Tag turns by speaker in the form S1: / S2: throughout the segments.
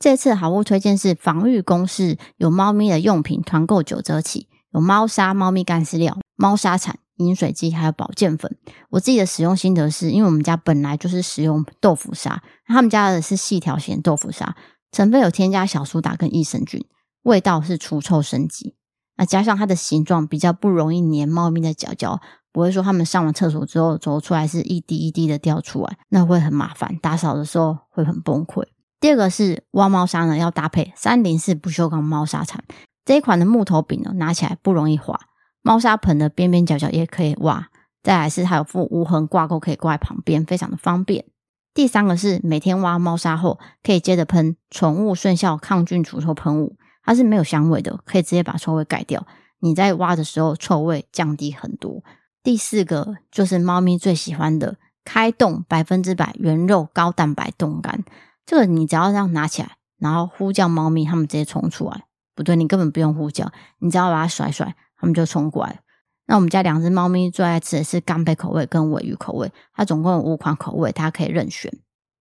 S1: 这次好物推荐是防御公式有猫咪的用品团购九折起，有猫砂、猫咪干饲料、猫砂铲、饮水机，还有保健粉。我自己的使用心得是，因为我们家本来就是使用豆腐砂，他们家的是细条咸豆腐砂，成分有添加小苏打跟益生菌，味道是除臭升级。那加上它的形状比较不容易粘猫咪的脚脚，不会说它们上完厕所之后走出来是一滴一滴的掉出来，那会很麻烦，打扫的时候会很崩溃。第二个是挖猫砂呢，要搭配三零四不锈钢猫砂铲。这一款的木头柄呢，拿起来不容易滑，猫砂盆的边边角角也可以挖。再来是它有附无痕挂钩，可以挂在旁边，非常的方便。第三个是每天挖猫砂后，可以接着喷宠物顺效抗菌除臭喷雾，它是没有香味的，可以直接把臭味盖掉。你在挖的时候，臭味降低很多。第四个就是猫咪最喜欢的开动百分之百原肉高蛋白冻干。这个你只要这样拿起来，然后呼叫猫咪，它们直接冲出来。不对，你根本不用呼叫，你只要把它甩甩，它们就冲过来。那我们家两只猫咪最爱吃的是干贝口味跟尾鱼口味，它总共有五款口味，它可以任选。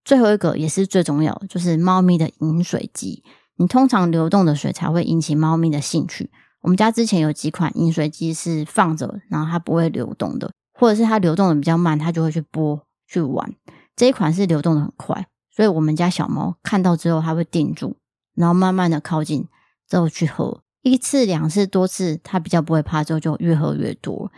S1: 最后一个也是最重要的，就是猫咪的饮水机。你通常流动的水才会引起猫咪的兴趣。我们家之前有几款饮水机是放着，然后它不会流动的，或者是它流动的比较慢，它就会去拨去玩。这一款是流动的很快。所以我们家小猫看到之后，它会定住，然后慢慢的靠近，之后去喝一次、两次、多次，它比较不会怕，之后就越喝越多，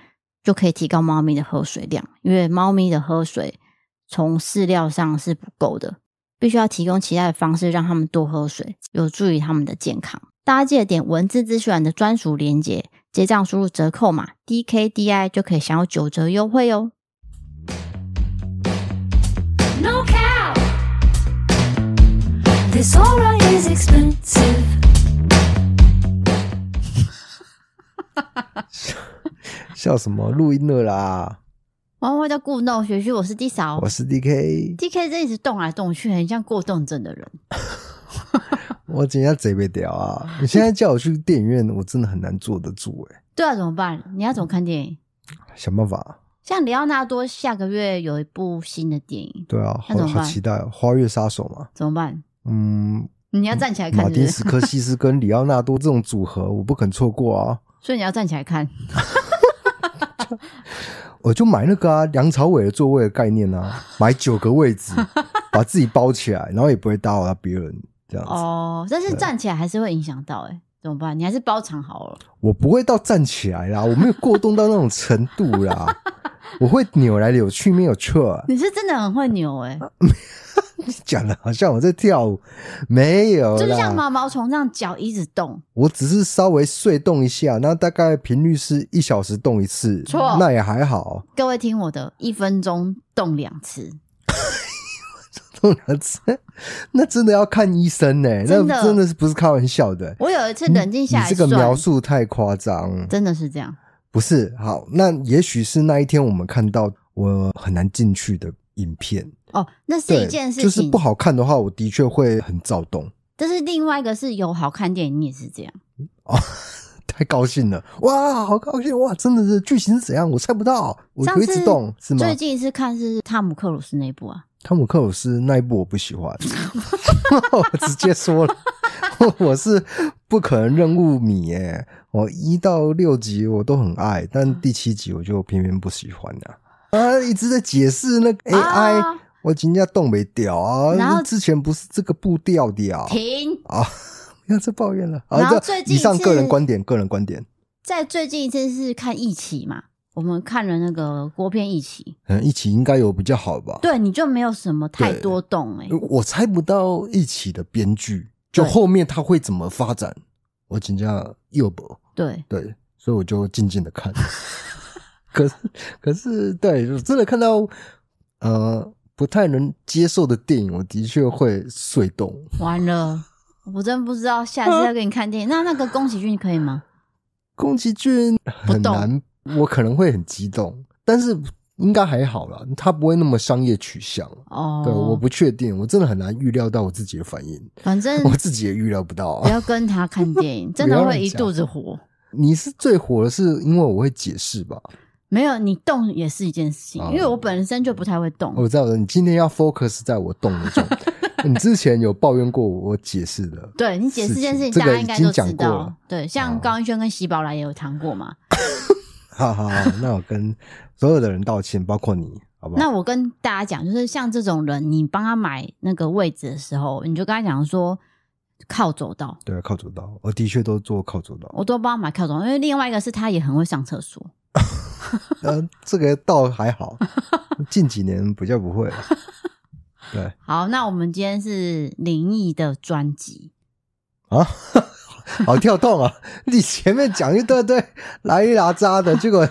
S1: 就可以提高猫咪的喝水量。因为猫咪的喝水从饲料上是不够的，必须要提供其他的方式让它们多喝水，有助于它们的健康。大家记得点文字资讯栏的专属链接，结账输入折扣码 D K D I 就可以享有九折优惠哦。
S2: No cow. This aura is expensive.
S3: 笑什么？录音了啦！
S1: 欢迎叫故弄玄虚，我是 D 嫂
S3: 我是 DK，
S1: D K 这一直动来动去，很像过动症的人。
S3: 我今天贼被屌啊！你现在叫我去电影院，我真的很难坐得住哎、
S1: 对啊，怎么办？你要怎么看电影？
S3: 想办法。
S1: 像里奥纳多下个月有一部新的电影，
S3: 对啊，
S1: 那怎么
S3: 好好
S1: 办
S3: 期待哦，《花月杀手》嘛。
S1: 怎么办？
S3: 嗯，
S1: 你要站起来看
S3: 马
S1: 是不
S3: 丁·
S1: 是，
S3: 斯科西斯跟里奥纳多这种组合，我不肯错过啊！
S1: 所以你要站起来看。
S3: 我就买那个啊，梁朝伟的座位的概念 啊，买九个位置，把自己包起来，然后也不会打扰到别人，这样子。
S1: 哦，但
S3: 啊
S1: 是站起来还是会影响到、欸，怎么办？你还是包场好了。
S3: 我不会到站起来啦，我没有过动到那种程度 啦，我会扭来扭去，没有错、啊
S1: 你是真的很会扭、欸，
S3: 呃讲的好像我在跳舞，没有
S1: 就是像
S3: 啦，
S1: 毛毛虫这样脚一直动，
S3: 我只是稍微睡动一下，那大概频率是一小时动一次，
S1: 错
S3: 那也还好，
S1: 各位听我的，一分钟动两次，
S3: 动两次，那真的要看医生呢、
S1: 真的
S3: 那真的是不是开玩笑的、
S1: 我有一次冷静下来
S3: 你
S1: 算，
S3: 这个描述太夸张，
S1: 真的是这样。
S3: 不是好，那也许是那一天我们看到我很难进去的影片，
S1: 哦，那是
S3: 对，
S1: 一件事情，
S3: 就是不好看的话，我的确会很躁动。
S1: 但是另外一个是有好看电影，你也是这样。
S3: 哦太高兴了，哇，好高兴哇！真的是剧情是怎样，我猜不到，我
S1: 上
S3: 可以一
S1: 次
S3: 直动是吗
S1: 最？近一次看是汤姆克鲁斯那一部啊，
S3: 汤姆克鲁斯那一部我不喜欢， 我直接说了，我是不可能任务迷耶、我一到六集我都很爱，但第七集我就偏偏不喜欢了、啊。一直在解释那个 AI，、
S1: 啊
S3: 我今天动没掉啊！
S1: 然后
S3: 之前不是这个步调的啊，
S1: 停。
S3: 不要再抱怨了。好啊
S1: 然后
S3: 这
S1: 最近
S3: 以上
S1: 是
S3: 个人观点，个人观点。
S1: 在最近一次是看《一起》嘛，我们看了那个国片一起，
S3: 嗯，一起应该有比较好吧？
S1: 对，你就没有什么太多动哎、
S3: 呃，我猜不到一起的编剧，就
S1: 对
S3: 后面他会怎么发展，我请教右伯。
S1: 对，
S3: 对，所以我就静静的看。可是，可是，对，我真的看到呃不太能接受的电影，我的确会碎动。
S1: 完了，我真不知道下次要给你看 电影。那那个宫崎骏可以吗？
S3: 宫崎骏很
S1: 不动
S3: 难，我可能会很激动，但是应该还好啦，他不会那么商业取向。
S1: 哦，
S3: 对，我不确定，我真的很难预料到我自己的反应，
S1: 反正
S3: 我自己也预料不到、
S1: 不
S3: 啊。
S1: 要跟他看电 影，真的会一肚子火。
S3: 你是最火的是因为我会解释吧？
S1: 没有你动也是一件事情，
S3: 哦
S1: 因为我本身就不太会动。
S3: 我知道了，你今天要 focus 在我动 的中。你之前有抱怨过我解释的，
S1: 对你解释这件事情，
S3: 这
S1: 大
S3: 个
S1: 家
S3: 已
S1: 应该
S3: 经
S1: 都
S3: 讲
S1: 知
S3: 过
S1: 道
S3: 了。。
S1: 对，像
S3: 哦
S1: 高英轩跟喜宝来也有谈过嘛。
S3: 哈哈，好那我跟所有的人道歉，包括你，好不好？
S1: 那我跟大家讲，就是像这种人，你帮他买那个位置的时候，你就跟他讲说靠走道，
S3: 对，靠左道，我的确都做靠左道。
S1: 我都帮他买靠走道，因为另外一个是他也很会上厕所。
S3: 呃，这个倒 还好，近几年比较不会了。啊对
S1: 好，那我们今天是灵异的专辑，
S3: 啊， 好跳动啊！你前面讲一大堆拉里拉扎的，结果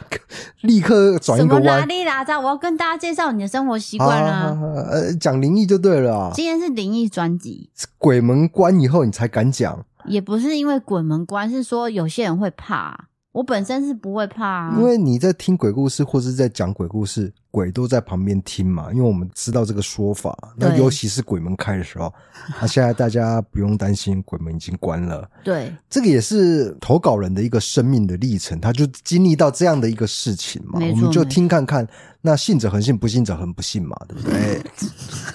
S3: 立刻转
S1: 什
S3: 一个
S1: 么拉
S3: 弯，
S1: 里拉扎，我要跟大家介绍你的生活习惯
S3: 好好
S1: 啊。
S3: 好好呃，讲灵异就对了啊。
S1: 今天是灵异专辑，
S3: 鬼门关以后你才敢讲，
S1: 也不是因为鬼门关，是说有些人会怕。我本身是不会怕、啊，
S3: 因为你在听鬼故事或是在讲鬼故事，鬼都在旁边听嘛。因为我们知道这个说法，那
S1: 对
S3: 尤其是鬼门开的时候，啊，现在大家不用担心，鬼门已经关了。
S1: 对，
S3: 这个也是投稿人的一个生命的历程，他就经历到这样的一个事情嘛，
S1: 没
S3: 我
S1: 错
S3: 们就听看看，那信者恒信，不信者恒不信嘛，对不对？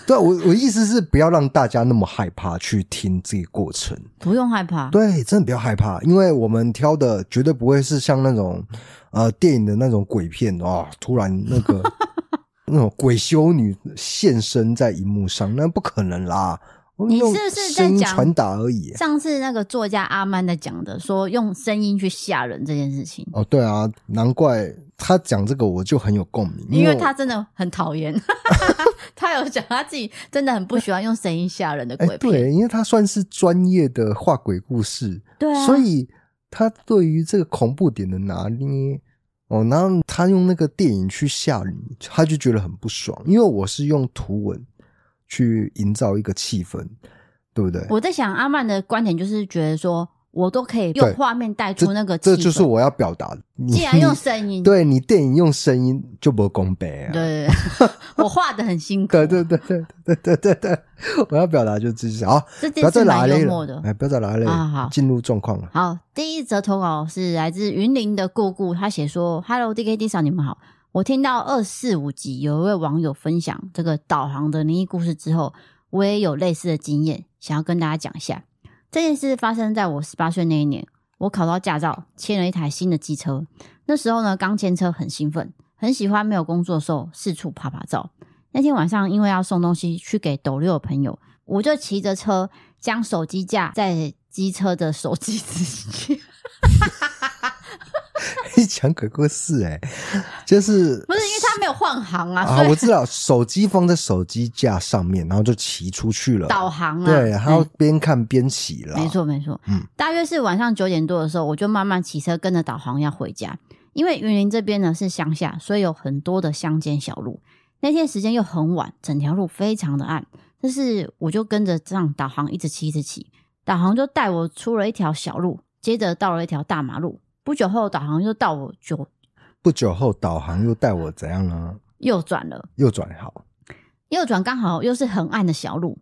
S3: 对啊，我我意思是不要让大家那么害怕去听这个过程，
S1: 不用害怕。
S3: 对，真的不要害怕，因为我们挑的绝对不会是像那种呃电影的那种鬼片啊，突然 那个那种鬼修女现身在荧幕上，那不可能啦。我们
S1: 你
S3: 用
S1: 是不是在
S3: 声音
S1: 讲
S3: 传达而已？
S1: 上次那个作家阿曼在讲的，说用声音去吓人这件事情，
S3: 哦，对啊，难怪他讲这个我就很有共鸣，
S1: 因
S3: 为
S1: 为
S3: 我
S1: 他真的很讨 厌，他有讲他自己真的很不喜欢用声音吓人的
S3: 哎、
S1: 鬼片，
S3: 对，因为他算是专业的画鬼故事，
S1: 对啊，
S3: 所以他对于这个恐怖点的拿捏，哦，然后他用那个电影去吓你，他就觉得很不爽，因为我是用图文去营造一个气氛，对不对？
S1: 我在想阿曼的观点就是觉得说，我都可以用
S3: 对
S1: 画面带
S3: 这
S1: 出那个气氛，
S3: 这就是我要表达的。你
S1: 既然用声
S3: 你
S1: 音，
S3: 对你电影用声音就不公平啊。
S1: 对对对， 我画的很辛苦，
S3: 对对对对对对对对，我要表达就这些啊，
S1: 这
S3: 不要
S1: 件
S3: 再
S1: 事
S3: 拉
S1: 蛮
S3: 累
S1: 幽默的，。
S3: 了哎，不要再拉累
S1: 啊好
S3: 了，进入状况了。
S1: 好，第一则投稿是来自云林的姑姑，她写说：“Hello D K D 上，你们好。我听到二四五集有一位网友分享这个导航的灵异故事之后，我也有类似的经验，想要跟大家讲一下。这件事发生在我十八岁那一年，我考到驾照，签了一台新的机车。那时候呢，刚签车，很兴奋，很喜欢没有工作的时候四处爬爬照。那天晚上，因为要送东西去给斗六的朋友，我就骑着车将手机架在机车的手机之间，
S3: 你讲鬼故事哎、就是
S1: 不是因为它没有换行啊，
S3: 啊，
S1: 所
S3: 我
S1: 以
S3: 知道手机放在手机架上面，然后就骑出去了。
S1: 导航啊，
S3: 对，还要
S1: 嗯
S3: 边看边骑啦。
S1: 没，错没错，
S3: 嗯
S1: 大约是晚上九点多的时候，我就慢慢骑车跟着导航要回家，因为云林这边呢是乡下，所以有很多的乡间小路。那天时间又很晚，整条路非常的暗，但是我就跟着这样导航一直骑一直骑，导航就带我出了一条小路，接着到了一条大马路，不久后导航又到我就
S3: 不久后导航又带我怎样呢？
S1: 右转了。
S3: 右转好，
S1: 右转刚好又是很暗的小路，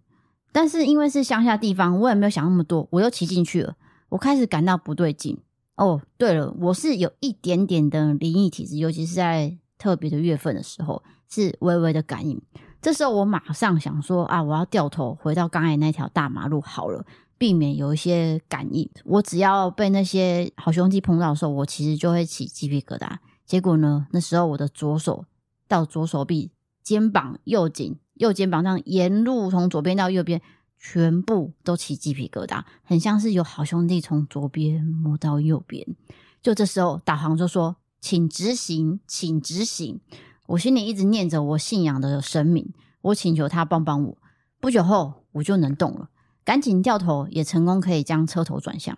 S1: 但是因为是乡下地方，我也没有想那么多，我又骑进去了。我开始感到不对劲。哦，对了，我是有一点点的灵异体质，尤其是在特别的月份的时候，是微微的感应。这时候我马上想说啊，我要掉头回到刚才那条大马路好了，避免有一些感应。我只要被那些好兄弟碰到的时候，我其实就会起鸡皮疙瘩。结果呢，那时候我的左手到左手臂、肩膀、右颈、右肩膀上，沿路从左边到右边，全部都起鸡皮疙瘩，很像是有好兄弟从左边摸到右边。就这时候，导航就说：“请执行，请执行。我心里一直念着我信仰的神明，我请求他帮帮我。不久后，我就能动了，赶紧掉头，也成功可以将车头转向。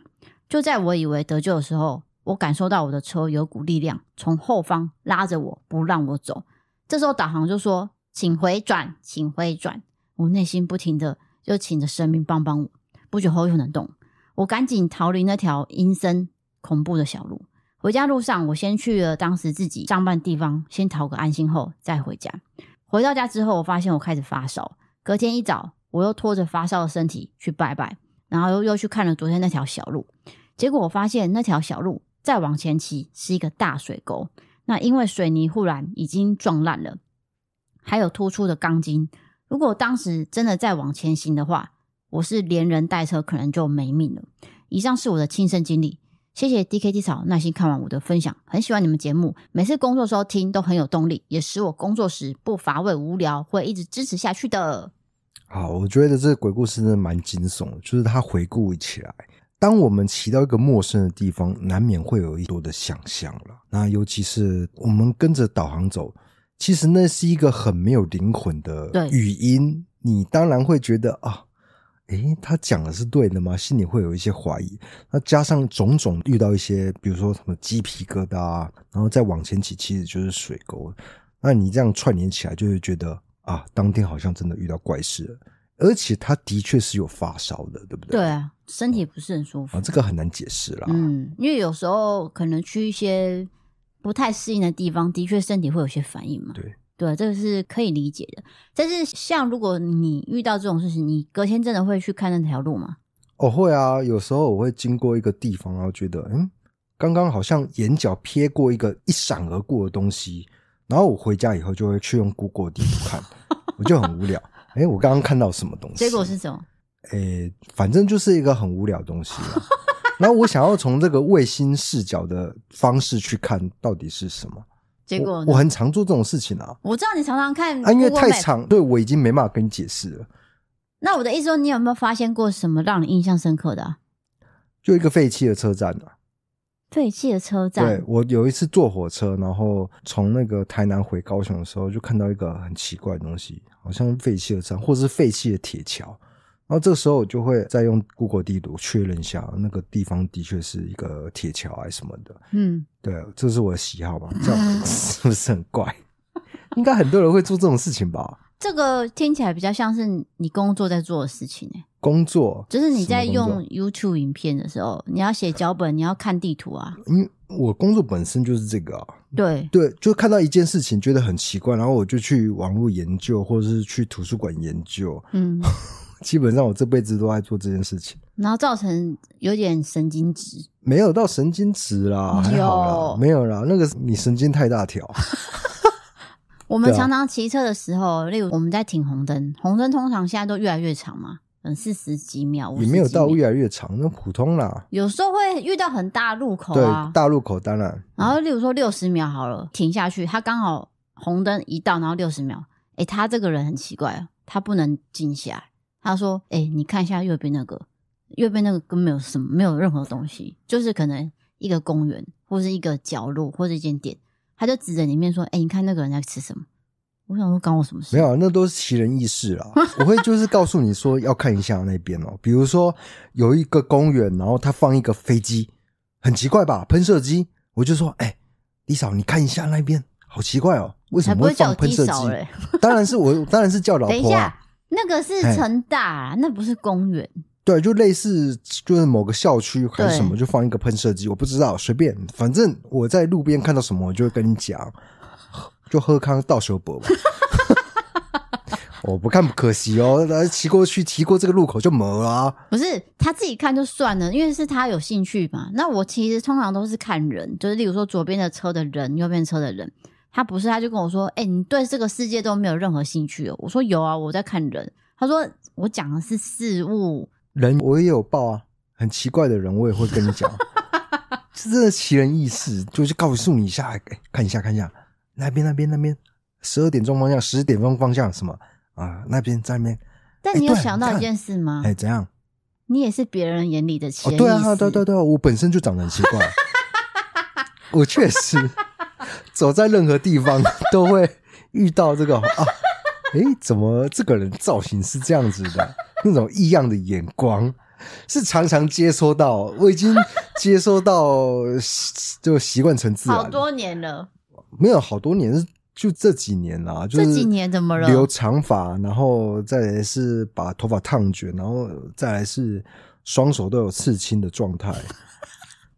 S1: 就在我以为得救的时候，我感受到我的车有股力量从后方拉着我，不让我走。这时候导航就说：“请回转，请回转。”我内心不停的就请着神明帮帮我。不久后又能动了，我赶紧逃离那条阴森恐怖的小路。回家路上，我先去了当时自己上班地方，先讨个安心后再回家。回到家之后，我发现我开始发烧。隔天一早，我又拖着发烧的身体去拜拜，然后又又去看了昨天那条小路。结果我发现那条小路再往前骑是一个大水沟，那因为水泥护栏已经撞烂了，还有突出的钢筋。如果我当时真的再往前行的话，我是连人带车可能就没命了。以上是我的亲身经历，谢谢 DKT 嫂耐心看完我的分享，很喜欢你们节目，每次工作时候听都很有动力，也使我工作时不乏味无聊，会一直支持下去的。
S3: 好，我觉得这个鬼故事真的蛮惊悚的，就是它回顾起来，当我们骑到一个陌生的地方，难免会有一多的想象了。那尤其是我们跟着导航走，其实那是一个很没有灵魂
S1: 对
S3: 的语音，你当然会觉得啊。诶，他讲的是对的吗？心里会有一些怀疑。那加上种种遇到一些，比如说什么鸡皮疙瘩、啊，然后再往前骑，其实就是水沟。那你这样串联起来，就会觉得啊，当天好像真的遇到怪事了，而且他的确是有发烧的，对不对？
S1: 对啊，身体不是很舒服
S3: 啊，。这个很难解释啦。
S1: 嗯，因为有时候可能去一些不太适应的地方，的确身体会有些反应嘛。
S3: 对，
S1: 对，这个是可以理解的。但是像如果你遇到这种事情，你隔天真的会去看那条路吗？
S3: 哦，会啊，有时候我会经过一个地方，然后觉得，嗯，刚刚好像眼角瞥过一个一闪而过的东西，然后我回家以后就会去用 Google 地图看，我就很 无聊。哎，我刚刚看到什么东西？
S1: 结果是什么？
S3: 诶，反正就是一个很无聊的东西 啦。然后我想要从这个卫星视角的方式去看到底是什么。
S1: 结果
S3: 我
S1: 呢
S3: 我很常做这种事情啊，
S1: 我知道你常常看
S3: 啊，因为
S1: Google Map
S3: 太长，对我已经没办法跟你解释了。
S1: 那我的意思说，你有没有发现过什么让你印象深刻的、啊？
S3: 就一个废弃的车站啊，
S1: 废弃的车
S3: 对
S1: 站，
S3: 我有一次坐火车，然后从那个台南回高雄的时候，就看到一个很奇怪的东西，好像废弃的站或者是废弃的铁桥。然后这个时候我就会再用 Google 地图确认一下，那个地方的确是一个铁桥还是什么的。
S1: 嗯，
S3: 对，啊这是我的 喜好嘛，这样是不是很怪？应该很多人会做这种事情吧？
S1: 这个听起来比较像是你工作在做的事情、欸，
S3: 工作
S1: 就是你在
S3: 什么
S1: 用
S3: 工作
S1: YouTube 影片的时候，你要写脚本，你要看地图啊，
S3: 因为我工作本身就是这个、啊，
S1: 对，
S3: 对，就看到一件事情觉得很奇怪，然后我就去网络研究，或者是去图书馆研究。
S1: 嗯，
S3: 基本上我这辈子都在做这件事情，
S1: 然后造成有点神经质，
S3: 没有到神经质啦，还好
S1: 有
S3: 啦，没有啦，那个你神经太大 条，
S1: 我们
S3: 对啊
S1: 常常骑车的时候，例如我们在停红灯，红灯通常现在都越来越长嘛，嗯，四十几秒，
S3: 也没有
S1: 50几
S3: 到
S1: 秒
S3: 越来越长，那普通啦。
S1: 有时候会遇到很大路口
S3: 对
S1: 啊，，
S3: 大路口当然
S1: 然后例如说六十秒好了，停下去，他刚好红灯一到，然后六十秒，诶，他这个人很奇怪哦，他不能静下来。他说：“诶，你看一下右边那个，右边那个根本没有什么，没有任何东西，就是可能一个公园，或是一个角落，或是一间店。”他就指着里面说：“诶，你看那个人在吃什么？”我想说，关我什么事？
S3: 没有，那都是奇人异事啦。 我会就是告诉你说要看一下那边哦，比如说有一个公园，然后它放一个飞机，很奇怪吧？喷射机，我就说，哎、李嫂，你看一下那边，好奇怪哦，为什
S1: 才不
S3: 么
S1: 会叫
S3: 放
S1: 我
S3: 喷
S1: 低
S3: 射机
S1: 少？嘞！
S3: 当然是我，当然是叫 老
S1: 等一
S3: 婆
S1: 下
S3: 啊。，
S1: 那个是
S3: 嘿
S1: 成大啊，那不是公园。
S3: 对，就类似就是某个校区还是什么，
S1: 对
S3: 就放一个喷射机，我不知道，随便，反正我在路边看到什么，我就会跟你讲，就喝康倒修博吧。 我不看不可惜哦，来骑过去，骑过这个路口就没了、啊。
S1: 不是他自己看就算了，因为是他有兴趣嘛。那我其实通常都是看人，就是例如说左边的车的人，右边车的人。他不是，他就跟我说：“哎、你对这个世界都没有任何兴趣哦。”我说：“有啊，我在看人。”他说：“我讲的是事物。
S3: 人我也有报啊，很奇怪的人我也会跟你讲， 这真的奇人异事，就是告诉你一下，哎、看一下看一下，那边那边那边，十二点钟方向，十点钟方向什么啊？那边在那边，”
S1: 但你
S3: 哎
S1: 有
S3: 对
S1: 想到
S3: 你
S1: 一
S3: 看
S1: 件事吗？
S3: 哎、怎样？
S1: 你也是别人眼里的
S3: 哦
S1: 潜，意识、
S3: 对啊，对对对啊，我本身就长得很奇怪，我确实，走在任何地方都会遇到这个啊，诶，怎么这个人造型是这样子的？那种异样的眼光是常常接收到，我已经接收到，就习惯成自然了。
S1: 好多年了，
S3: 没有好多年，是就这几年啦、就是
S1: 这几年怎么了
S3: 留长发，然后再来是把头发烫卷，然后再来是双手都有刺青的状 态。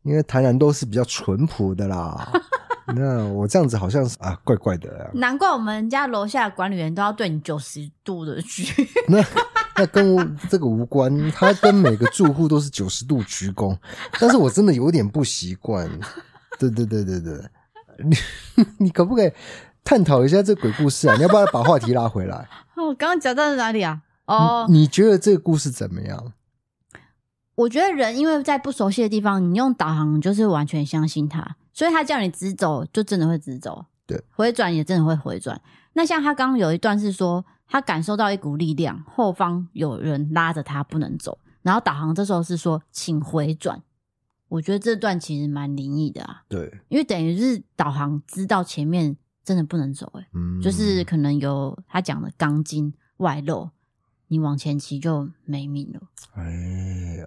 S3: 因为台南都是比较淳朴的 啦，那我这样子好像是啊，怪怪的、啊。
S1: 难怪我们家楼下的管理员都要对你九十度的 鞠。
S3: 那那跟我这个无关，他跟每个住户都是九十度鞠躬，但是我真的有点不习惯。对对对对 对，你你可不可以探讨一下这鬼故事啊？你要不要把话题拉回来？
S1: 哦我刚刚讲到哪里啊？哦，
S3: 你觉得这个故事怎么样？
S1: 我觉得人因为在不熟悉的地方，你用导航你就是完全相信他，所以他叫你直走就真的会直走，
S3: 对，
S1: 回转也真的会回转。那像他刚刚有一段是说，他感受到一股力量，后方有人拉着他不能走，然后导航这时候是说请回转。我觉得这段其实蛮灵异的啊，
S3: 对，
S1: 因为等于是导航知道前面真的不能走、欸，
S3: 嗯，
S1: 就是可能有他讲的钢筋外露，你往前骑就没命了。
S3: 哎呀，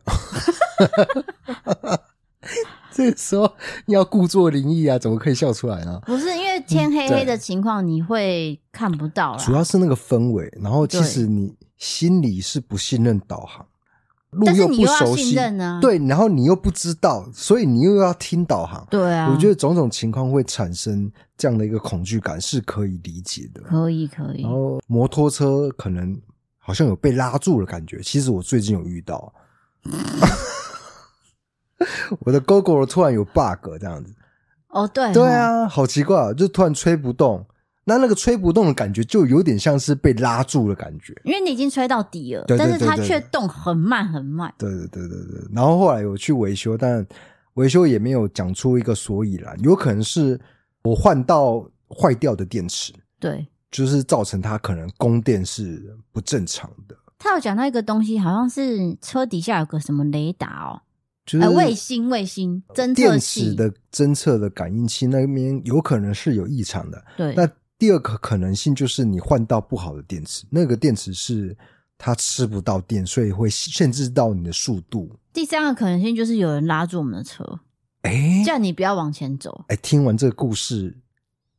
S3: 这个时候要故作灵异啊，怎么可以笑出来呢？
S1: 不是因为天黑黑的情况，你会看不到
S3: 主
S1: 啦。
S3: 要是那个氛围，然后其
S1: 对
S3: 实你心里是不信任导航，路
S1: 但是你
S3: 不
S1: 又要
S3: 熟
S1: 信
S3: 悉，
S1: 任啊
S3: 对，然后你又不知道，所以你又要听导航。
S1: 对啊，
S3: 我觉得种种情况会产生这样的一个恐惧感是可以理解的。
S1: 可以可以
S3: 然。后摩托车可能好像有被拉住的感觉，其实我最近有遇到， 我的 GoGo 突然有 bug 这样子，
S1: 哦，对，
S3: 对，啊，好奇怪、啊，就突然吹不动。那那个吹不动的感觉，就有点像是被拉住的感觉。
S1: 因为你已经吹到底了，
S3: 对对
S1: 但是
S3: 对
S1: 它
S3: 对
S1: 却
S3: 对
S1: 动很慢很慢。
S3: 对对对对对。然后后来我去维修，但维修也没有讲出一个所以然，有可能是我换到坏掉的电池，
S1: 对，
S3: 就是造成它可能供电是不正常的。
S1: 他有讲到一个东西，好像是车底下有个什么雷达哦，
S3: 就是
S1: 呃，卫星卫星侦测
S3: 电池
S1: 器，
S3: 的侦测的感应器那边有可能是有异常的。
S1: 对，
S3: 那第二个可能性就是你换到不好的电池，那个电池是它吃不到电，所以会限制到你的速度。
S1: 第三个可能性就是有人拉住我们的车，
S3: 哎
S1: 叫你不要往前走。
S3: 哎，听完这个故事，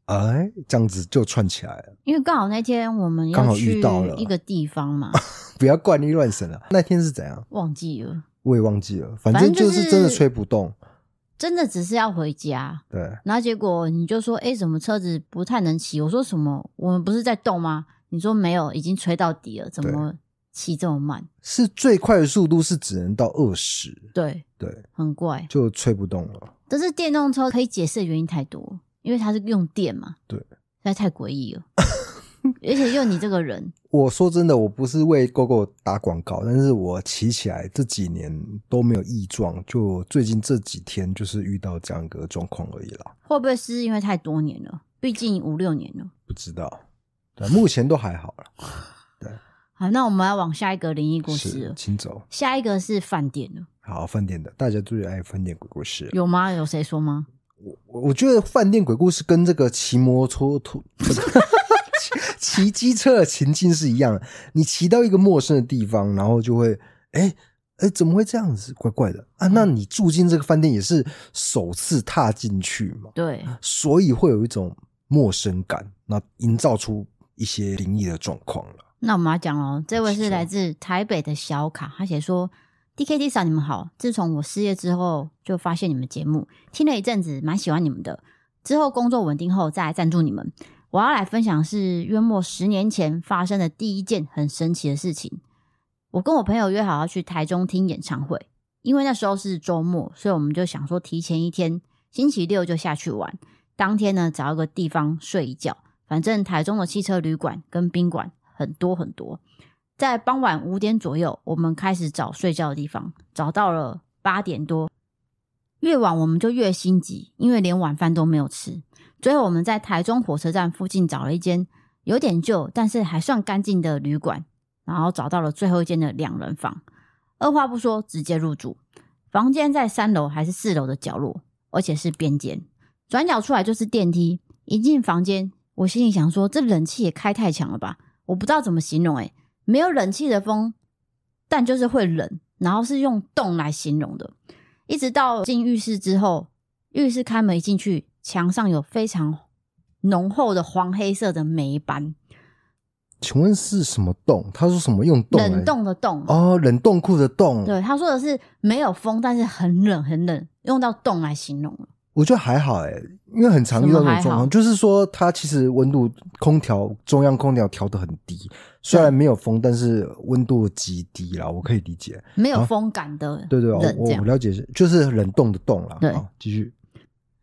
S3: 哎，这样子就串起来了。
S1: 因为刚好那天我们
S3: 刚
S1: 要
S3: 好
S1: 去
S3: 遇到了
S1: 一个地方嘛，
S3: 不要怪力乱神了。那天是怎样？
S1: 忘记了，
S3: 我也忘记了，反
S1: 反
S3: 正
S1: 正
S3: 就
S1: 就是
S3: 是真的吹不动。
S1: 真的只是要回家，
S3: 对，
S1: 然后结果你就说，哎、什么车子不太能骑？我说什么？我们不是在动吗？你说没有，已经吹到底了，怎么骑这么慢？
S3: 是最快的速度是只能到二十，
S1: 对，
S3: 对，
S1: 很怪。
S3: 就吹不动了。
S1: 但是电动车可以解释的原因太多，因为它是用电嘛。
S3: 对
S1: 实在太诡异 了。而且又你这个人，
S3: 我说真的，我不是为 GoGo 打广告，但是我骑起来这几年都没有异状，就最近这几天就是遇到这样一个状况而已啦，
S1: 会不会是因为太多年了？毕竟五六年了。
S3: 不知道。对，目前都还好了。
S1: 好，那我们要往下一个灵异故事
S3: 是
S1: 了。
S3: 请走。
S1: 下一个是饭店了，
S3: 好，饭店的大家最爱饭店鬼故事。
S1: 有吗？有谁说吗？
S3: 我我觉得饭店鬼故事跟这个骑摩托突 骑骑机车的情境是一样的。你骑到一个陌生的地方，然后就会，哎、诶哎、怎么会这样子？怪怪的啊！那
S1: 嗯
S3: 你住进这个饭店也是首次踏进去嘛，
S1: 对，
S3: 所以会有一种陌生感，那营造出一些灵异的状况了。
S1: 那我们要讲哦，这位
S3: 请
S1: 是
S3: 说
S1: 来自台北的小卡，他写说：“DKT 嫂，你们好，自从我失业之后，就发现你们节目，听了一阵子，蛮喜欢你们的。之后工作稳定后，再来赞助你们。我要来分享是约莫十年前发生的第一件很神奇的事情。我跟我朋友约好要去台中听演唱会，因为那时候是周末，所以我们就想说提前一天，星期六就下去玩。当天呢，找一个地方睡一觉。”反正台中的汽车旅馆跟宾馆很多很多。在傍晚五点左右，我们开始找睡觉的地方，找到了八点多。越晚我们就越心急，因为连晚饭都没有吃。最后我们在台中火车站附近找了一间有点旧，但是还算干净的旅馆，然后找到了最后一间的两人房。二话不说，直接入住。房间在三楼还是四楼的角落，而且是边间。转角出来就是电梯，一进房间，我心里想说，这冷气也开太强了吧？我不知道怎么形容、欸，诶，没有冷气的风，但就是会冷，然后是用冻来形容的。一直到进浴室之后，浴室开门一进去，墙上有非常浓厚的黄黑色的霉斑，
S3: 请问是什么洞？他说什么用洞？
S1: 冷冻的冻。
S3: 哦，冷冻库的洞。
S1: 对，他说的是没有风，但是很冷很冷，用到冻来形容了。
S3: 我觉得还好哎、因为很常遇到
S1: 什么
S3: 这种状
S1: 还好
S3: 况，就是说它其实温度空调中央空调调的很低，虽然没有风，但是温度极低啦，我可以理解。
S1: 没有
S3: 啊
S1: 风感的
S3: 对对，我
S1: 冷这
S3: 我
S1: 样
S3: 我。了解是，就是冷冻的冻啦。
S1: 对
S3: 好继续。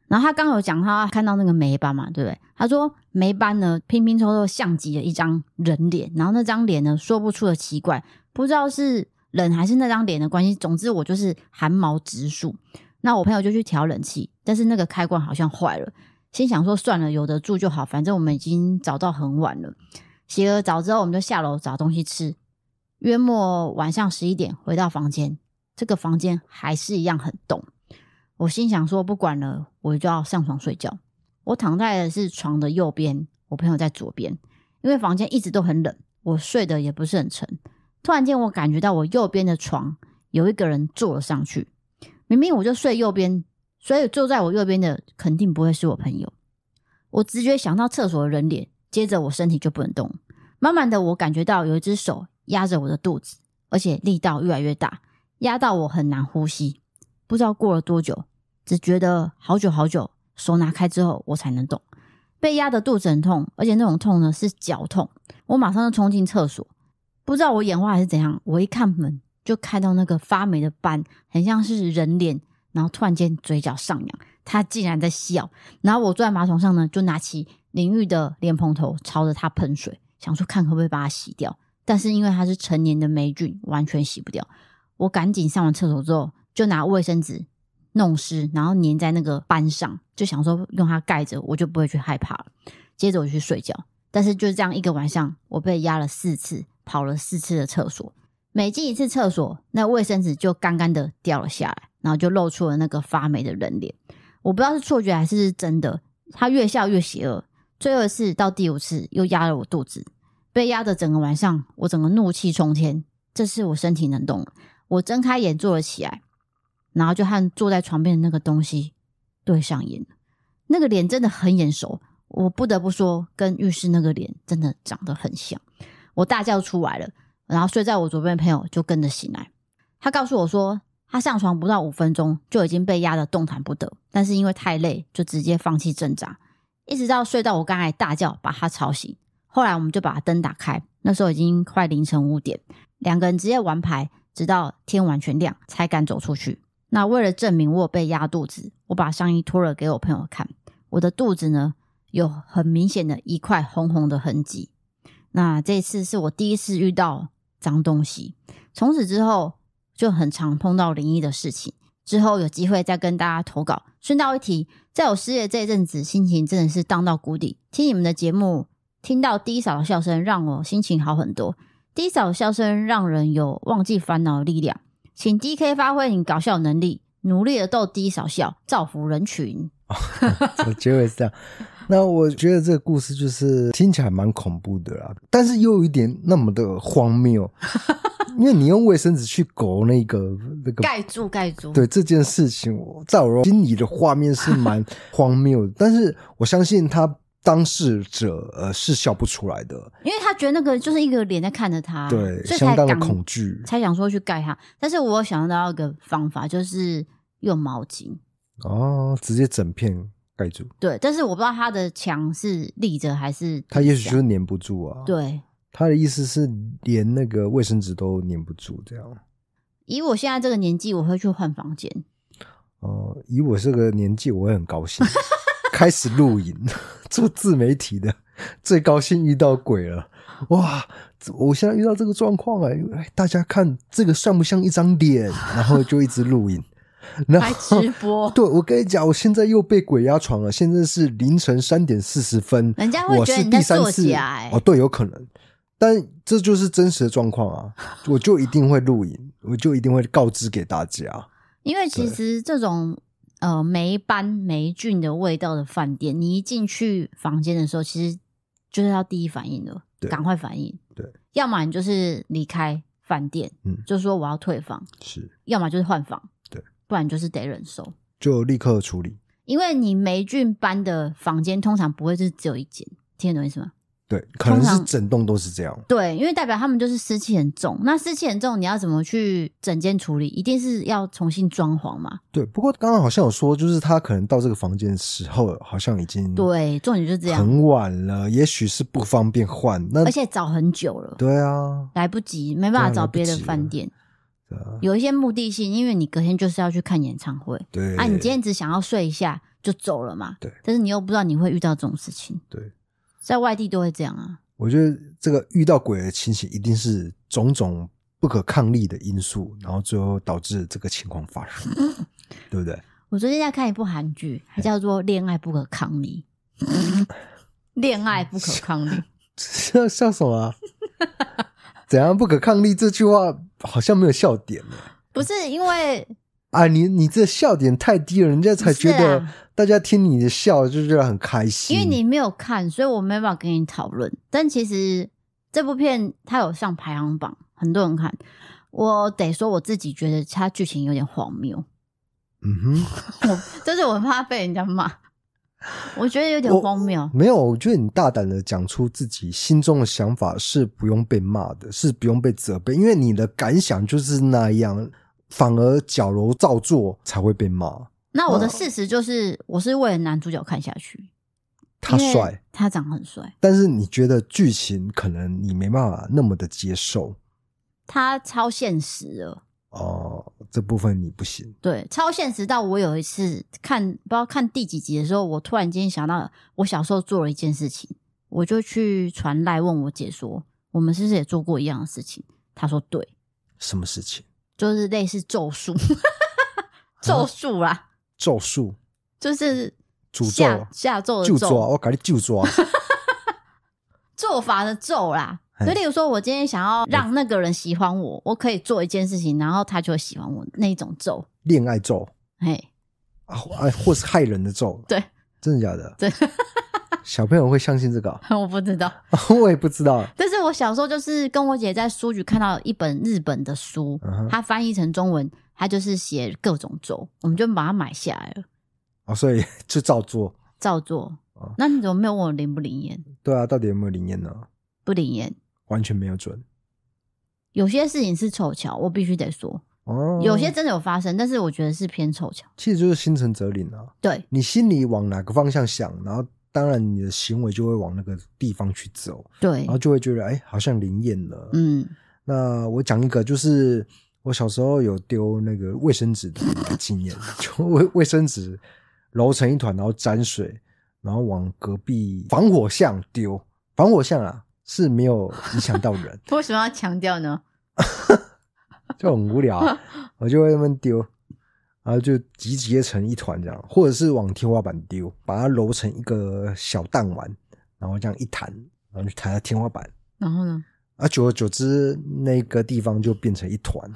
S1: 然后他刚刚有讲他看到那个梅斑嘛，对不对？他说梅斑呢拼拼凑凑像极了一张人脸，然后那张脸呢说不出的奇怪，不知道是冷还是那张脸的关系。总之我就是汗毛直竖。那我朋友就去调冷气，但是那个开关好像坏了，心想说算了，有得住就好，反正我们已经找到很晚了。洗了澡之后，我们就下楼找东西吃。约莫晚上十一点回到房间，这个房间还是一样很冻。我心想说不管了，我就要上床睡觉。我躺在的是床的右边，我朋友在左边，因为房间一直都很冷，我睡得也不是很沉。突然间，我感觉到我右边的床有一个人坐了上去，明明我就睡右边，所以坐在我右边的肯定不会是我朋友。我直觉想到厕所的人脸，接着我身体就不能动。慢慢的，我感觉到有一只手压着我的肚子，而且力道越来越大，压到我很难呼吸。不知道过了多久，只觉得好久好久，手拿开之后我才能动。被压的肚子很痛，而且那种痛呢是绞痛。我马上就冲进厕所，不知道我眼花还是怎样，我一看门就看到那个发霉的斑，很像是人脸，然后突然间嘴角上扬，他竟然在笑。然后我坐在马桶上呢，就拿起淋浴的莲蓬头朝着他喷水，想说看可不可以把它洗掉。但是因为它是成年的霉菌，完全洗不掉。我赶紧上完厕所之后，就拿卫生纸弄湿，然后粘在那个斑上，就想说用它盖着，我就不会去害怕了。接着我就去睡觉，但是就这样一个晚上，我被压了四次，跑了四次的厕所，每进一次厕所，那卫生纸就干干的掉了下来，然后就露出了那个发霉的人脸。我不知道是错觉还是是真的，他越笑越邪恶。最后一次到第五次又压了我肚子，被压的整个晚上，我整个怒气冲天。这次我身体能动了，我睁开眼坐了起来，然后就和坐在床边的那个东西对上眼了。那个脸真的很眼熟，我不得不说，跟浴室那个脸真的长得很像。我大叫出来了，然后睡在我左边的朋友就跟着醒来。他告诉我说，他上床不到五分钟就已经被压得动弹不得，但是因为太累，就直接放弃挣扎，一直到睡到我刚才大叫把他吵醒。后来我们就把灯打开，那时候已经快凌晨五点，两个人直接玩牌，直到天完全亮才敢走出去。那为了证明我有被压肚子，我把上衣脱了给我朋友看，我的肚子呢有很明显的一块红红的痕迹。那这次是我第一次遇到脏东西，从此之后就很常碰到灵异的事情。之后有机会再跟大家投稿。顺道一提，在我失业这一阵子，心情真的是荡到谷底。听你们的节目，听到低嫂的笑声，让我心情好很多。低嫂的笑声让人有忘记烦恼的力量。请 D K 发挥你搞笑能力，努力的逗低嫂笑，造福人群。
S3: 我结尾是这样。 那我觉得这个故事就是听起来蛮恐怖的啦，但是又有一点那么的荒谬，因为你用卫生纸去勾那个那个
S1: 盖住，盖住。
S3: 对这件事情，我在我心里的画面是蛮荒谬的，但是我相信他当事者呃是笑不出来的，
S1: 因为他觉得那个就是一个脸在看着啊他，
S3: 对，
S1: 所以
S3: 相
S1: 才
S3: 当的
S1: 敢
S3: 恐惧
S1: 才想说去盖它。但是我有想到一个方法，就是用毛巾。
S3: 哦，直接整片盖住，
S1: 对，但是我不知道它的墙是立着还是
S3: 他也许
S1: 底
S3: 就
S1: 下
S3: 是粘不住啊，，
S1: 对。
S3: 他的意思是连那个卫生纸都粘不住这样。
S1: 以我现在这个年纪，我会去换房 间。
S3: 哦、以我这个年纪，我会很 高兴，开始露营， 做自媒体的，最高兴遇到鬼了，哇！我现在遇到这个状况哎，哎大家看这个像不像一张脸？然后就一直录影，然
S1: 还
S3: 后
S1: 直播
S3: 对我跟你讲，我现在又被鬼压床了，现在是凌晨三点四十分，
S1: 人家会
S3: 我
S1: 哎觉得
S3: 是
S1: 你在
S3: 第三
S1: 作
S3: 次
S1: 假哎
S3: 哦，对，有可能。但这就是真实的状况啊！我就一定会录影，我就一定会告知给大家。
S1: 因为其实这种呃霉斑霉菌的味道的饭店，你一进去房间的时候，其实就是要第一反应的，
S3: 对
S1: 赶快反应。
S3: 对，
S1: 要么你就是离开饭店，
S3: 嗯
S1: 就说我要退房，
S3: 是
S1: 要么就是换房，
S3: 对，
S1: 不然你就是得忍受。
S3: 就立刻处理。
S1: 因为你霉菌斑的房间通常不会是只有一间，听得懂意思吗？
S3: 对，可能
S1: 通
S3: 是
S1: 常
S3: 整栋都是这样。
S1: 对，因为代表他们就是湿气很重。那湿气很重，你要怎么去整间处理？一定是要重新装潢嘛？
S3: 对，不过刚刚好像有说，就是他可能到这个房间的时候，好像已经
S1: 对，重点就是这样，
S3: 很晚了，也许是不方便换。那
S1: 而且找很久了，
S3: 对啊，
S1: 来不及，没办
S3: 对
S1: 法
S3: 啊
S1: 找
S3: 来不
S1: 别的
S3: 及
S1: 饭
S3: 了
S1: 店。
S3: 对啊
S1: 有一些目的性，因为你隔天就是要去看演唱会
S3: 对
S1: 啊，你今天只想要睡一下就走了嘛。
S3: 对
S1: 但是你又不知道你会遇到这种事情，
S3: 对，
S1: 在外地都会这样啊。
S3: 我觉得这个遇到鬼的情形，一定是种种不可抗力的因素，然后最后导致这个情况 发生，对不对？
S1: 我最近在看一部韩剧，
S3: 哎
S1: 它叫做《恋爱不可抗力》， 恋爱不可抗力。
S3: 笑笑什么啊、 怎样不可抗力？这句话好像没有笑点呢。
S1: 不是因为
S3: 啊，你你这笑点太低了，人家才觉
S1: 不是
S3: 得
S1: 啊
S3: 大家听你的笑就觉得很开心。
S1: 因为你没有看，所以我没办法跟你讨论。但其实这部片它有上排行榜，很多人看。我得说我自己觉得它剧情有点荒 谬，
S3: 嗯哼，
S1: 就是我很怕被人家骂，我觉得有点
S3: 我
S1: 荒谬。
S3: 没有，我觉得你大胆的讲出自己心中的想法是不用被骂的，是不用被责备，因为你的感想就是那样，反而矫揉造作才会被骂。
S1: 那我的
S3: 嗯
S1: 事实就是，我是为了男主角看下去，
S3: 他
S1: 因为
S3: 帅，
S1: 他长得很帅，
S3: 但是你觉得剧情可能你没办法那么的接受
S1: 他超现实了，
S3: 哦、这部分你不行。
S1: 对，超现实到我有一次看，不知道看第几集的时候，我突然间想到我小时候做了一件事情，我就去传赖问我姐说，我们是不是也做过一样的事情？她说对，
S3: 什么事情？
S1: 就是类似咒术，咒术啦，
S3: 咒术、
S1: 就是
S3: 啊诅咒
S1: 下
S3: 啊
S1: 下咒
S3: 就
S1: 的
S3: 抓，
S1: 咒，
S3: 我搞你啊就抓。
S1: 做法的咒啦。
S3: 嘿
S1: 就例如说，我今天想要让那个人喜欢我，我可以做一件事情，然后他就会喜欢我那一种咒。
S3: 恋爱咒
S1: 嘿，
S3: 啊，哎，或是害人的咒，
S1: 对，
S3: 真的假的？
S1: 对，
S3: 小朋友会相信这个啊、
S1: 我不知道。
S3: 我也不知道。
S1: 但是我小时候就是跟我姐在书局看到一本日本的书
S3: 嗯哼，
S1: 它翻译成中文，它就是写各种咒，我们就把它买下来了，
S3: 哦，所以 就照做。
S1: 照做
S3: 哦。
S1: 那你怎么没有问我灵不灵验？
S3: 对啊，到底有没有灵验呢？
S1: 不灵验，
S3: 完全没有准
S1: 有些事情是凑巧，我必须得说，
S3: 哦。
S1: 有些真的有发生，但是我觉得是偏凑巧。
S3: 其实就是心诚则灵啊。
S1: 对，
S3: 你心里往哪个方向想，然后当然你的行为就会往那个地方去走，
S1: 对
S3: 然，后就会觉得哎，好像灵验了。，
S1: 嗯，
S3: 那我讲一个，就是我小时候有丢那个卫生纸的经验， 就卫卫生纸揉成一团，然后沾水，然后往隔壁防火巷丢。防火巷啊是没有影响到人，
S1: 为什么要强调呢？
S3: 就很无聊啊、我就会那么丢，然后就集结成一团这样，或者是往天花板丢，把它揉成一个小弹丸，然后这样一弹，然后就弹到天花板，
S1: 然后呢？
S3: 啊，久而久之，那个地方就变成一 团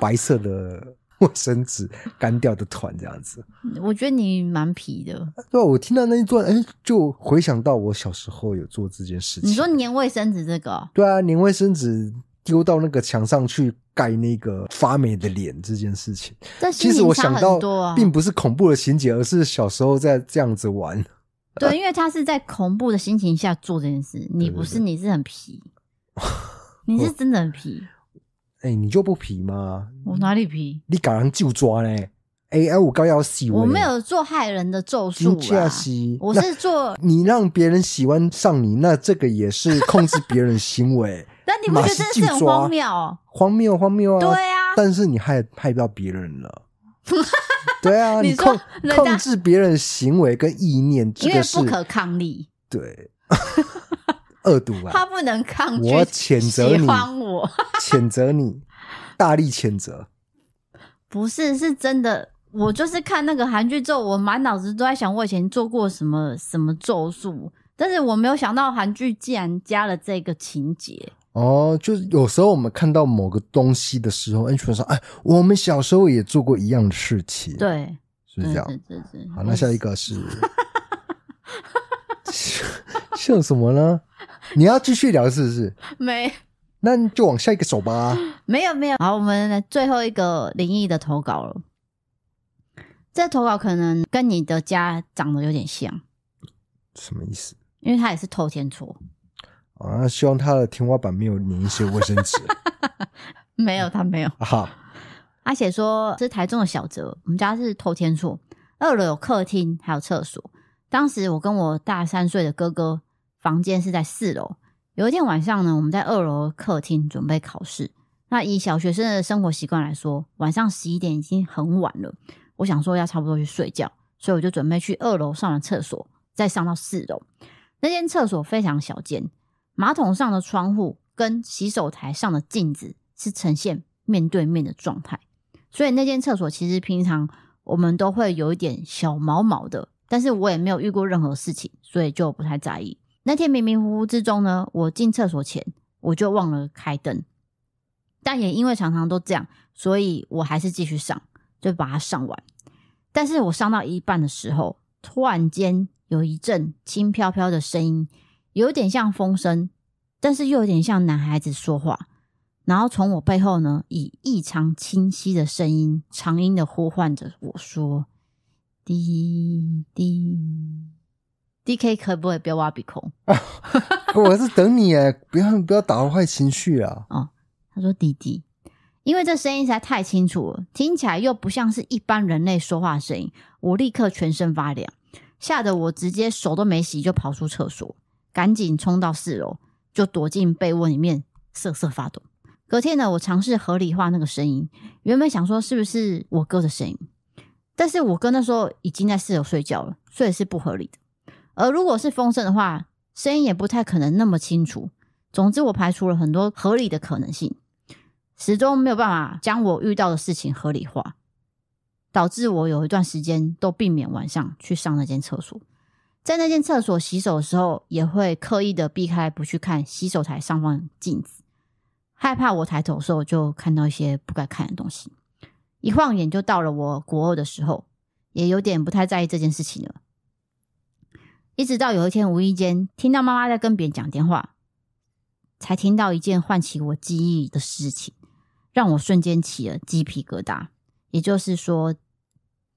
S3: 白色的卫生纸干掉的团这样子。
S1: 我觉得你蛮皮的。
S3: 对啊、我听到那一段，哎、就回想到我小时候有做这件事情。
S1: 你说粘卫生纸这个哦、
S3: 对啊，粘卫生纸丢到那个墙上去盖那个发霉的脸这件事情，
S1: 这
S3: 其
S1: 心
S3: 实
S1: 情
S3: 我
S1: 差
S3: 想
S1: 很多
S3: 到
S1: 啊。
S3: 并不是恐怖的情节，而是小时候在这样子玩。
S1: 对，因为他是在恐怖的心情下做这件事，你不是，你是很 皮，你是真的很皮。
S3: 哎、你就不皮吗？
S1: 我哪里皮？
S3: 你搞人就抓嘞！哎、哎，我刚要洗
S1: 我没有做害人的咒术
S3: 金
S1: 啊
S3: 价，西，
S1: 我
S3: 那
S1: 是做。
S3: 你让别人喜欢上你，那这个也是控制别人行 为，
S1: 那你不觉得这件事很荒谬哦？
S3: 荒谬荒谬啊！
S1: 对啊
S3: 但是你害害到别人 了。对啊，
S1: 你
S3: 你
S1: 说
S3: 控
S1: 人家
S3: 控制别人行为跟意念，这
S1: 因为
S3: 个是
S1: 不可抗力，
S3: 对恶毒
S1: 他
S3: 啊！
S1: 不能抗拒。
S3: 我谴责你
S1: 喜欢我
S3: 谴责你，大力谴责。
S1: 不是是真的。我就是看那个韩剧之后，我满脑子都在想我以前做过什么什么咒术，但是我没有想到韩剧竟然加了这个情节。
S3: 哦，就是有时候我们看到某个东西的时候，哎，就说哎，我们小时候也做过一样的事情，
S1: 对，嗯
S3: 是不是这样？
S1: 对对对。
S3: 好，那下一个是像什么呢？你要继续聊是不是？
S1: 没
S3: 那你就往下一个走吧。
S1: 没有没有。好，我们来最后一个灵异的投稿了。这投稿可能跟你的家长得有点像，
S3: 什么意思
S1: 因为它也是透天厝。
S3: 啊？希望他的天花板没有粘一些卫生纸
S1: 没有，他没有。
S3: 啊哈。
S1: 他写说是台中的小泽，我们家是透天厝，二楼有客厅，还有厕所。当时我跟我大三岁的哥哥房间是在四楼。有一天晚上呢，我们在二楼客厅准备考试。那以小学生的生活习惯来说，晚上十一点已经很晚了，我想说要差不多去睡觉，所以我就准备去二楼上完厕所，再上到四楼。那间厕所非常小间，马桶上的窗户跟洗手台上的镜子是呈现面对面的状态。所以那间厕所其实平常我们都会有一点小毛毛的，但是我也没有遇过任何事情，所以就不太在意。那天迷迷糊糊之中呢，我进厕所前我就忘了开灯，但也因为常常都这样，所以我还是继续上，就把它上完。但是我上到一半的时候，突然间有一阵轻飘飘的声音，有点像风声，但是又有点像男孩子说话。然后从我背后呢，以异常清晰的声音、长音的呼唤着我说：“滴滴，D K 可不可以不要挖鼻孔
S3: 我是等你哎，不要不要打坏情绪啊！？”
S1: 他说：“滴滴。”因为这声音实在太清楚了，听起来又不像是一般人类说话声音，我立刻全身发凉，吓得我直接手都没洗就跑出厕所，赶紧冲到四楼，就躲进被窝里面瑟瑟发抖。隔天呢，我尝试合理化那个声音，原本想说是不是我哥的声音，但是我哥那时候已经在四楼睡觉了，所以是不合理的。而如果是风声的话，声音也不太可能那么清楚。总之，我排除了很多合理的可能性，始终没有办法将我遇到的事情合理化，导致我有一段时间都避免晚上去上那间厕所。在那间厕所洗手的时候，也会刻意的避开不去看洗手台上方的镜子，害怕我抬头的时候就看到一些不该看的东西。一晃眼就到了我国二的时候，也有点不太在意这件事情了。一直到有一天无意间听到妈妈在跟别人讲电话，才听到一件唤起我记忆的事情，让我瞬间起了鸡皮疙瘩。也就是说，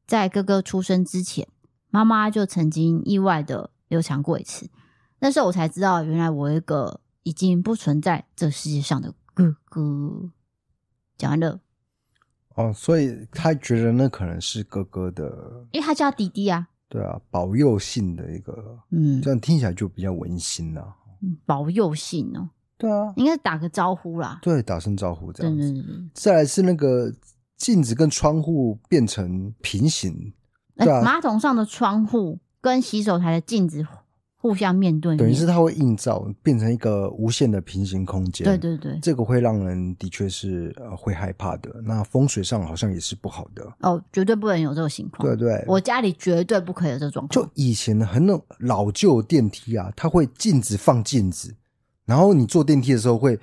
S1: 在哥哥出生之前，妈妈就曾经意外的流产过一次。那时候我才知道，原来我有一个已经不存在这世界上的哥哥。讲完了，
S3: 哦，所以他觉得那可能是哥哥的，
S1: 因为他叫他弟弟啊，
S3: 对啊，保佑性的一个，
S1: 嗯
S3: 这，样听起来就比较温馨啦、
S1: 保佑信哦，
S3: 对啊，
S1: 应该是打个招呼啦。
S3: 对，打声招呼这
S1: 对
S3: 样
S1: 对
S3: 子。
S1: 对对，
S3: 再来是那个镜子跟窗户变成平行，
S1: 哎、
S3: 对啊
S1: 马桶上的窗户跟洗手台的镜子互相面对面，
S3: 等于是它会映照变成一个无限的平行空间。
S1: 对对对，
S3: 这个会让人的确是呃会害怕的。那风水上好像也是不好的，
S1: 哦，绝对不能有这个情况。
S3: 对不对？
S1: 我家里绝对不可以有这种
S3: 就
S1: 状况。
S3: 以前很老老旧电梯啊，它会镜子放镜子，然后你坐电梯的时候会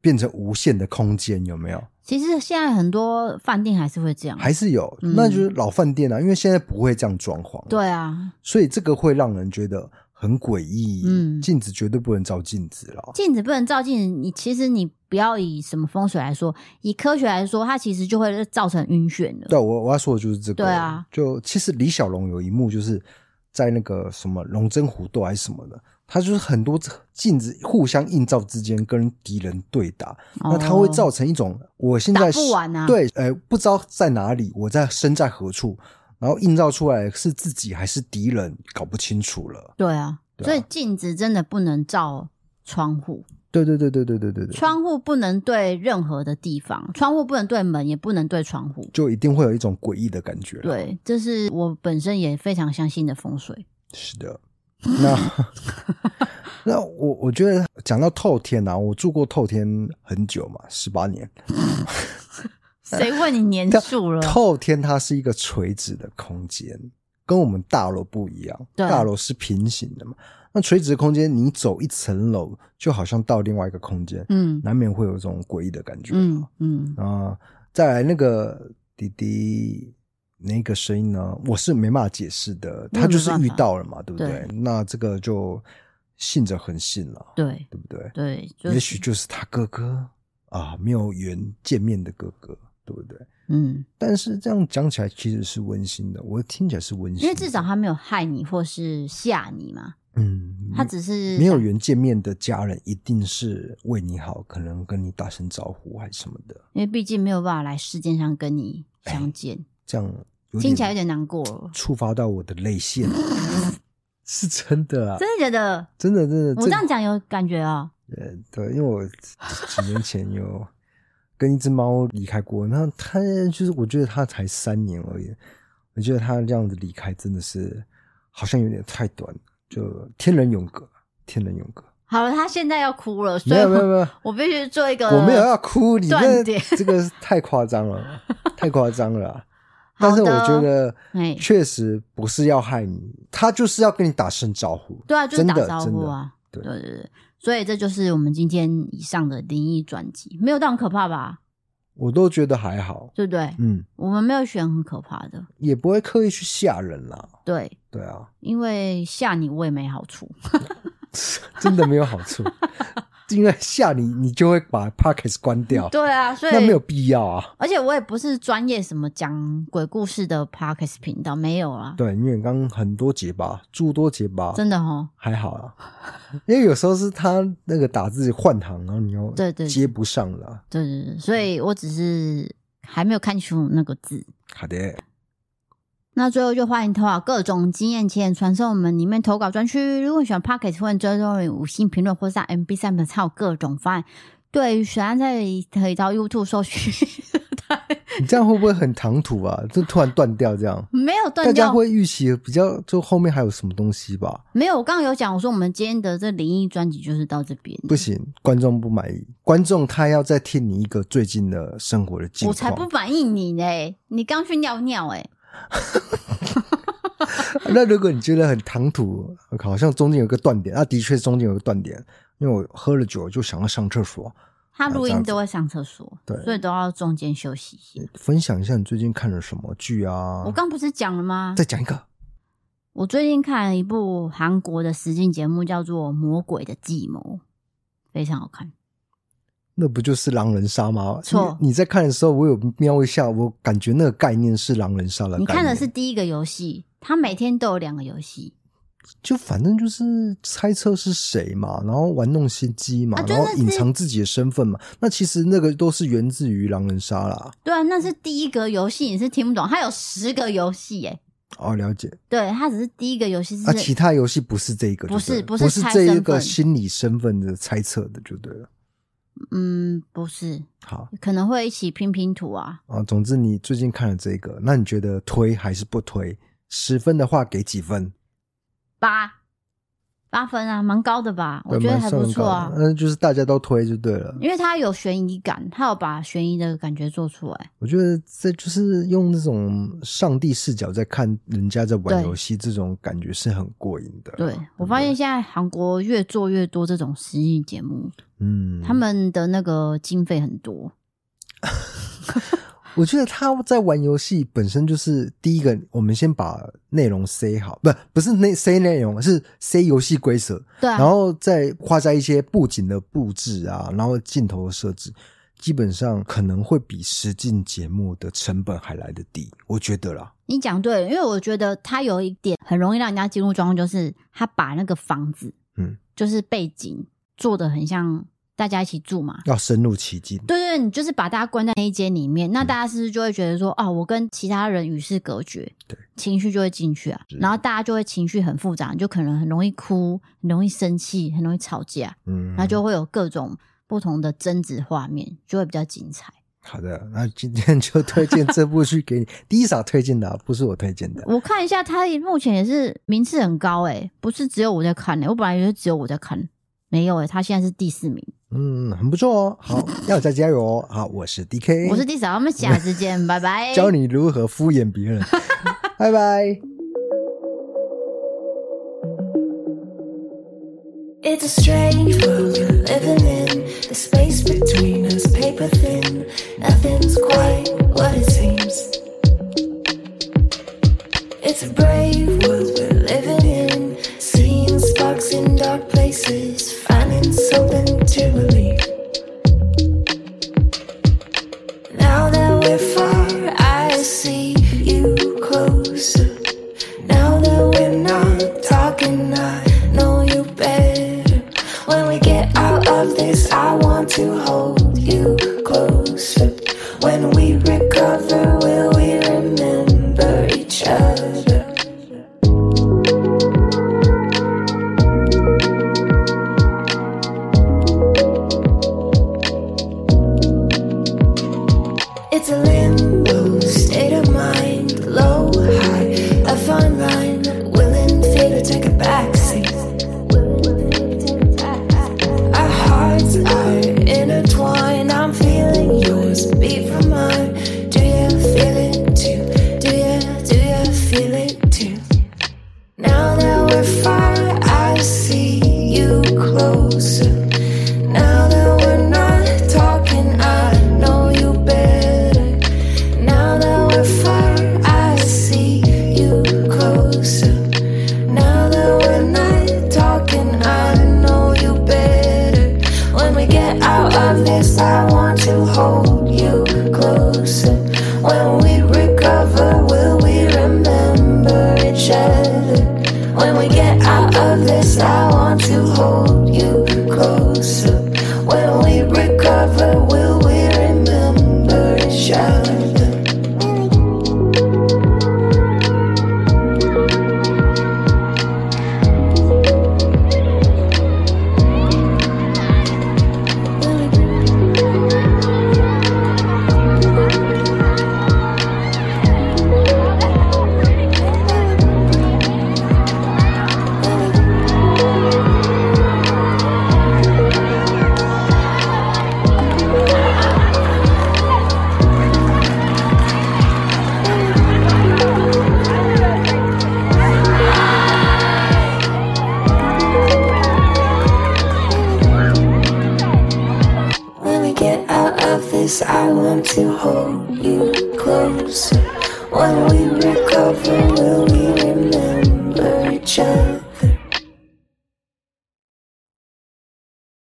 S3: 变成无限的空间，有没有？
S1: 其实现在很多饭店还是会这样，
S3: 还是有，
S1: 嗯
S3: 那就是老饭店啊，因为现在不会这样装潢。
S1: 对啊，
S3: 所以这个会让人觉得很诡异。
S1: 嗯
S3: 镜子绝对不能照镜子了。
S1: 镜子不能照镜子。你其实你不要以什么风水来说，以科学来说，它其实就会造成晕眩的。
S3: 对，啊我我要说的就是这个。
S1: 对啊，
S3: 就其实李小龙有一幕就是在那个什么龙争虎斗还是什么的，他就是很多镜子互相映照之间跟敌人对打，那它会造
S1: 哦
S3: 成一种我现在
S1: 打不完啊
S3: 对，呃，不知道在哪里，我在身在何处。然后映照出来是自己还是敌人，搞不清楚了。
S1: 对啊，
S3: 对啊
S1: 所以镜子真的不能照窗户，
S3: 对对对对对对对对，
S1: 窗户不能对任何的地方，窗户不能对门，也不能对窗户。
S3: 就一定会有一种诡异的感觉。，
S1: 对，这是我本身也非常相信的风 水。
S3: 是的，那 那我我觉得讲到透天啊，我住过透天很久嘛，十八年。
S1: 谁问你年数了？
S3: 透天它是一个垂直的空间，跟我们大楼不一样，
S1: 对
S3: 大楼是平行的嘛。那垂直的空间，你走一层楼，就好像到另外一个空间，
S1: 嗯
S3: 难免会有这种诡异的感觉。
S1: 嗯嗯，
S3: 啊，再来那个弟弟，那个声音呢，我是没办法解释的，他就是遇到了嘛，对不对？
S1: 对
S3: 那这个就信者恒信了，
S1: 对
S3: 对不对？
S1: 对，就
S3: 也
S1: 是
S3: 许就是他哥哥啊，没有缘见面的哥哥，对不对？
S1: 嗯，
S3: 但是这样讲起来其实是温馨的，我听起来是温馨的，
S1: 因为至少他没有害你或是吓你嘛，
S3: 嗯，
S1: 他只是
S3: 没有缘见面的家人一定是为你好，可能跟你打声招呼还是什么的，
S1: 因为毕竟没有办法来世界上跟你相见，
S3: 这样哎有点
S1: 听起来有点难过了。
S3: 触发到我的 泪腺，是真的啊，
S1: 真的觉得
S3: 真的真的，
S1: 我这样讲有感觉啊、
S3: 呃，对，因为我几年前有跟一只猫离开过，那它就是我觉得它才三年而已，我觉得它这样子离开真的是好像有点太短了，就天人永隔，天人永隔。
S1: 好了，他现在要哭了，所
S3: 没
S1: 以
S3: 有没有
S1: 我
S3: 没有，
S1: 我必须做一个
S3: 我没有要哭，你
S1: 断
S3: 那
S1: 点
S3: 这个是太夸张了，太夸张 了啊。
S1: 好的
S3: 但是我觉得
S1: 哎，
S3: 确实不是要害你，他就是要跟你打声招呼。
S1: 对啊，就是
S3: 真
S1: 打
S3: 的
S1: 招
S3: 真
S1: 呼
S3: 的
S1: 啊，
S3: 对
S1: 对对对，所以这就是我们今天以上的灵异专辑，没有到很可怕吧？
S3: 我都觉得还好，
S1: 对不对？
S3: 嗯，
S1: 我们没有选很可怕的，
S3: 也不会刻意去吓人啦。
S1: 对，
S3: 对啊，
S1: 因为吓你我也没好处，
S3: 真的没有好 处，因为吓你，你就会把 p o c k e t 关掉，
S1: 对啊，所以
S3: 那没有必要啊。
S1: 而且我也不是专业什么讲鬼故事的 podcast 频道，没有啊，
S3: 对，因为刚刚很多结巴，诸多结巴，
S1: 真的哦，
S3: 还好啦。因为有时候是他那个打字换行，然后你又
S1: 对对对
S3: 接不上了。
S1: 对对对，所
S3: 嗯
S1: 以我只是还没有看清楚那个字。
S3: 好的，
S1: 那最后就欢迎投稿各种经验，请传送我们里面投稿专区。如果你喜欢 Pocket，欢迎追踪于五星评论或是在 MB 上面才有各种方案。对于选案在可以到 YouTube 搜寻，
S3: 你这样会不会很唐突啊？就突然断掉这样，
S1: 没有
S3: 大
S1: 断
S3: 家
S1: 掉，
S3: 会预期比较，就后面还有什么东西吧？
S1: 没有。我刚刚有讲，我说我们今天的这灵异专辑就是到这边，
S3: 不，行，观众不满意，观众他要再听你一个最近的生活的近
S1: 我才。
S3: 况
S1: 不满意你嘞！你刚去尿尿哎、
S3: 那如果你觉得很唐突，好像中间有个断点，啊那的确中间有个断点，因为我喝了酒就想要上厕所。
S1: 他录
S3: 这样
S1: 音
S3: 子
S1: 都会上厕所，
S3: 对
S1: 所以都要中间休息一下。
S3: 分享一下你最近看了什么剧啊？
S1: 我刚不是讲了吗？
S3: 再讲一个，
S1: 我最近看了一部韩国的实境节目，叫做《魔鬼的计谋》，非常好看。
S3: 那不就是狼人杀吗？
S1: 错
S3: 你你在看的时候，我有瞄一下，我感觉那个概念是狼人杀的概念。
S1: 你看的是第一个游戏，它每天都有两个游戏，
S3: 就反正就是猜测是谁嘛，然后玩弄心机嘛，
S1: 啊真
S3: 然
S1: 的
S3: 后
S1: 是
S3: 隐藏自己的身份嘛。那其实那个都是源自于狼人杀啦。
S1: 对啊，那是第一个游戏，你是听不懂，它有十个游戏耶。
S3: 哦，了解。
S1: 对，它只是第一个游戏是、
S3: 啊，其他游戏不是这一个就
S1: 不是
S3: 对了，
S1: 不
S3: 不
S1: 是猜
S3: 这一
S1: 身
S3: 个
S1: 份
S3: 心理身份的猜测的就对了。
S1: 嗯不是，
S3: 好
S1: 可能会一起拼拼图啊。
S3: 啊，总之你最近看了这个，那你觉得推还是不推？十分的话给几分？
S1: 八八分啊，蛮高的吧？我
S3: 对
S1: 觉得
S3: 蛮
S1: 还
S3: 算
S1: 不
S3: 蛮
S1: 错
S3: 高的
S1: 啊，
S3: 嗯，就是大家都推就对了。
S1: 因为它有悬疑感，它有把悬疑的感觉做出来。
S3: 我觉得这就是用那种上帝视角在看人家在玩
S1: 对
S3: 游戏，这种感觉是很过瘾的。
S1: 对我
S3: 不
S1: 发
S3: 对
S1: 现现在韩国越做越多这种实境节目，
S3: 嗯，
S1: 他们的那个经费很多，
S3: 我觉得他在玩游戏本身就是第一个，我们先把内容塞好，不不是内塞内容，是塞游戏规则，
S1: 对啊
S3: 然，后再夸加一些布景的布置啊，然后镜头的设置，基本上可能会比实境节目的成本还来得低，我觉得啦。
S1: 你讲对了，因为我觉得他有一点很容易让人家进入状况，就是他把那个房子，
S3: 嗯，
S1: 就是背景做的很像大家一起住嘛。
S3: 要深入其境，
S1: 对对，对你就是把大家关在那一间里面，那
S3: 嗯
S1: 大家是不是就会觉得说，啊，我跟其他人与世隔绝，
S3: 对，
S1: 情绪就会进去啊，
S3: 是
S1: 然后大家就会情绪很复杂，你就可能很容易哭，很容易生气，很容易吵架，
S3: 嗯，
S1: 那就会有各种不同的争执画面，就会比较精彩。
S3: 好的。那今天就推荐这部剧给你，第一傻推荐的啊、不是我推荐的。
S1: 我看一下，它目前也是名次很高诶、不是只有我在看欸诶、我本来以为只有我在看，没有诶、欸它现在是第四名。
S3: 嗯，很不错哦。好，要再加油哦。好，我是 D K，
S1: 我是第三，我们下次见，拜拜。
S3: 教你如何敷衍别人。 拜拜。
S2: It's a strange world we're living in. The space between us, paper thin. Nothing's quite what it seems. It's a brave world we're living in. Seeing sparks in dark places, finding something to believe. Now that we're far, I see you closer. Now that we're not talking, I know you better. When we get out of this, I want to hold you closer. When we recover, will we remember each other? It's a limbo state of mind, low, high, a fine line. Will and fear take a backseat. Our hearts are intertwined. I'm feeling yours beat from mine. Do you feel it too? Do you? Do you feel it too? Now that we're far, I see you closer. Now that we're not talking, I know you better. Now that we're far, I see you closer. Now that we're not talking, I know you better. When we get out of this, I want to hold you closer. When we recover, will we remember each other? When we get out of this, I want to hold you closer. When we recover, will we remember each other? When we get out of this, I want to hold you closer. When we recover, will we remember each other?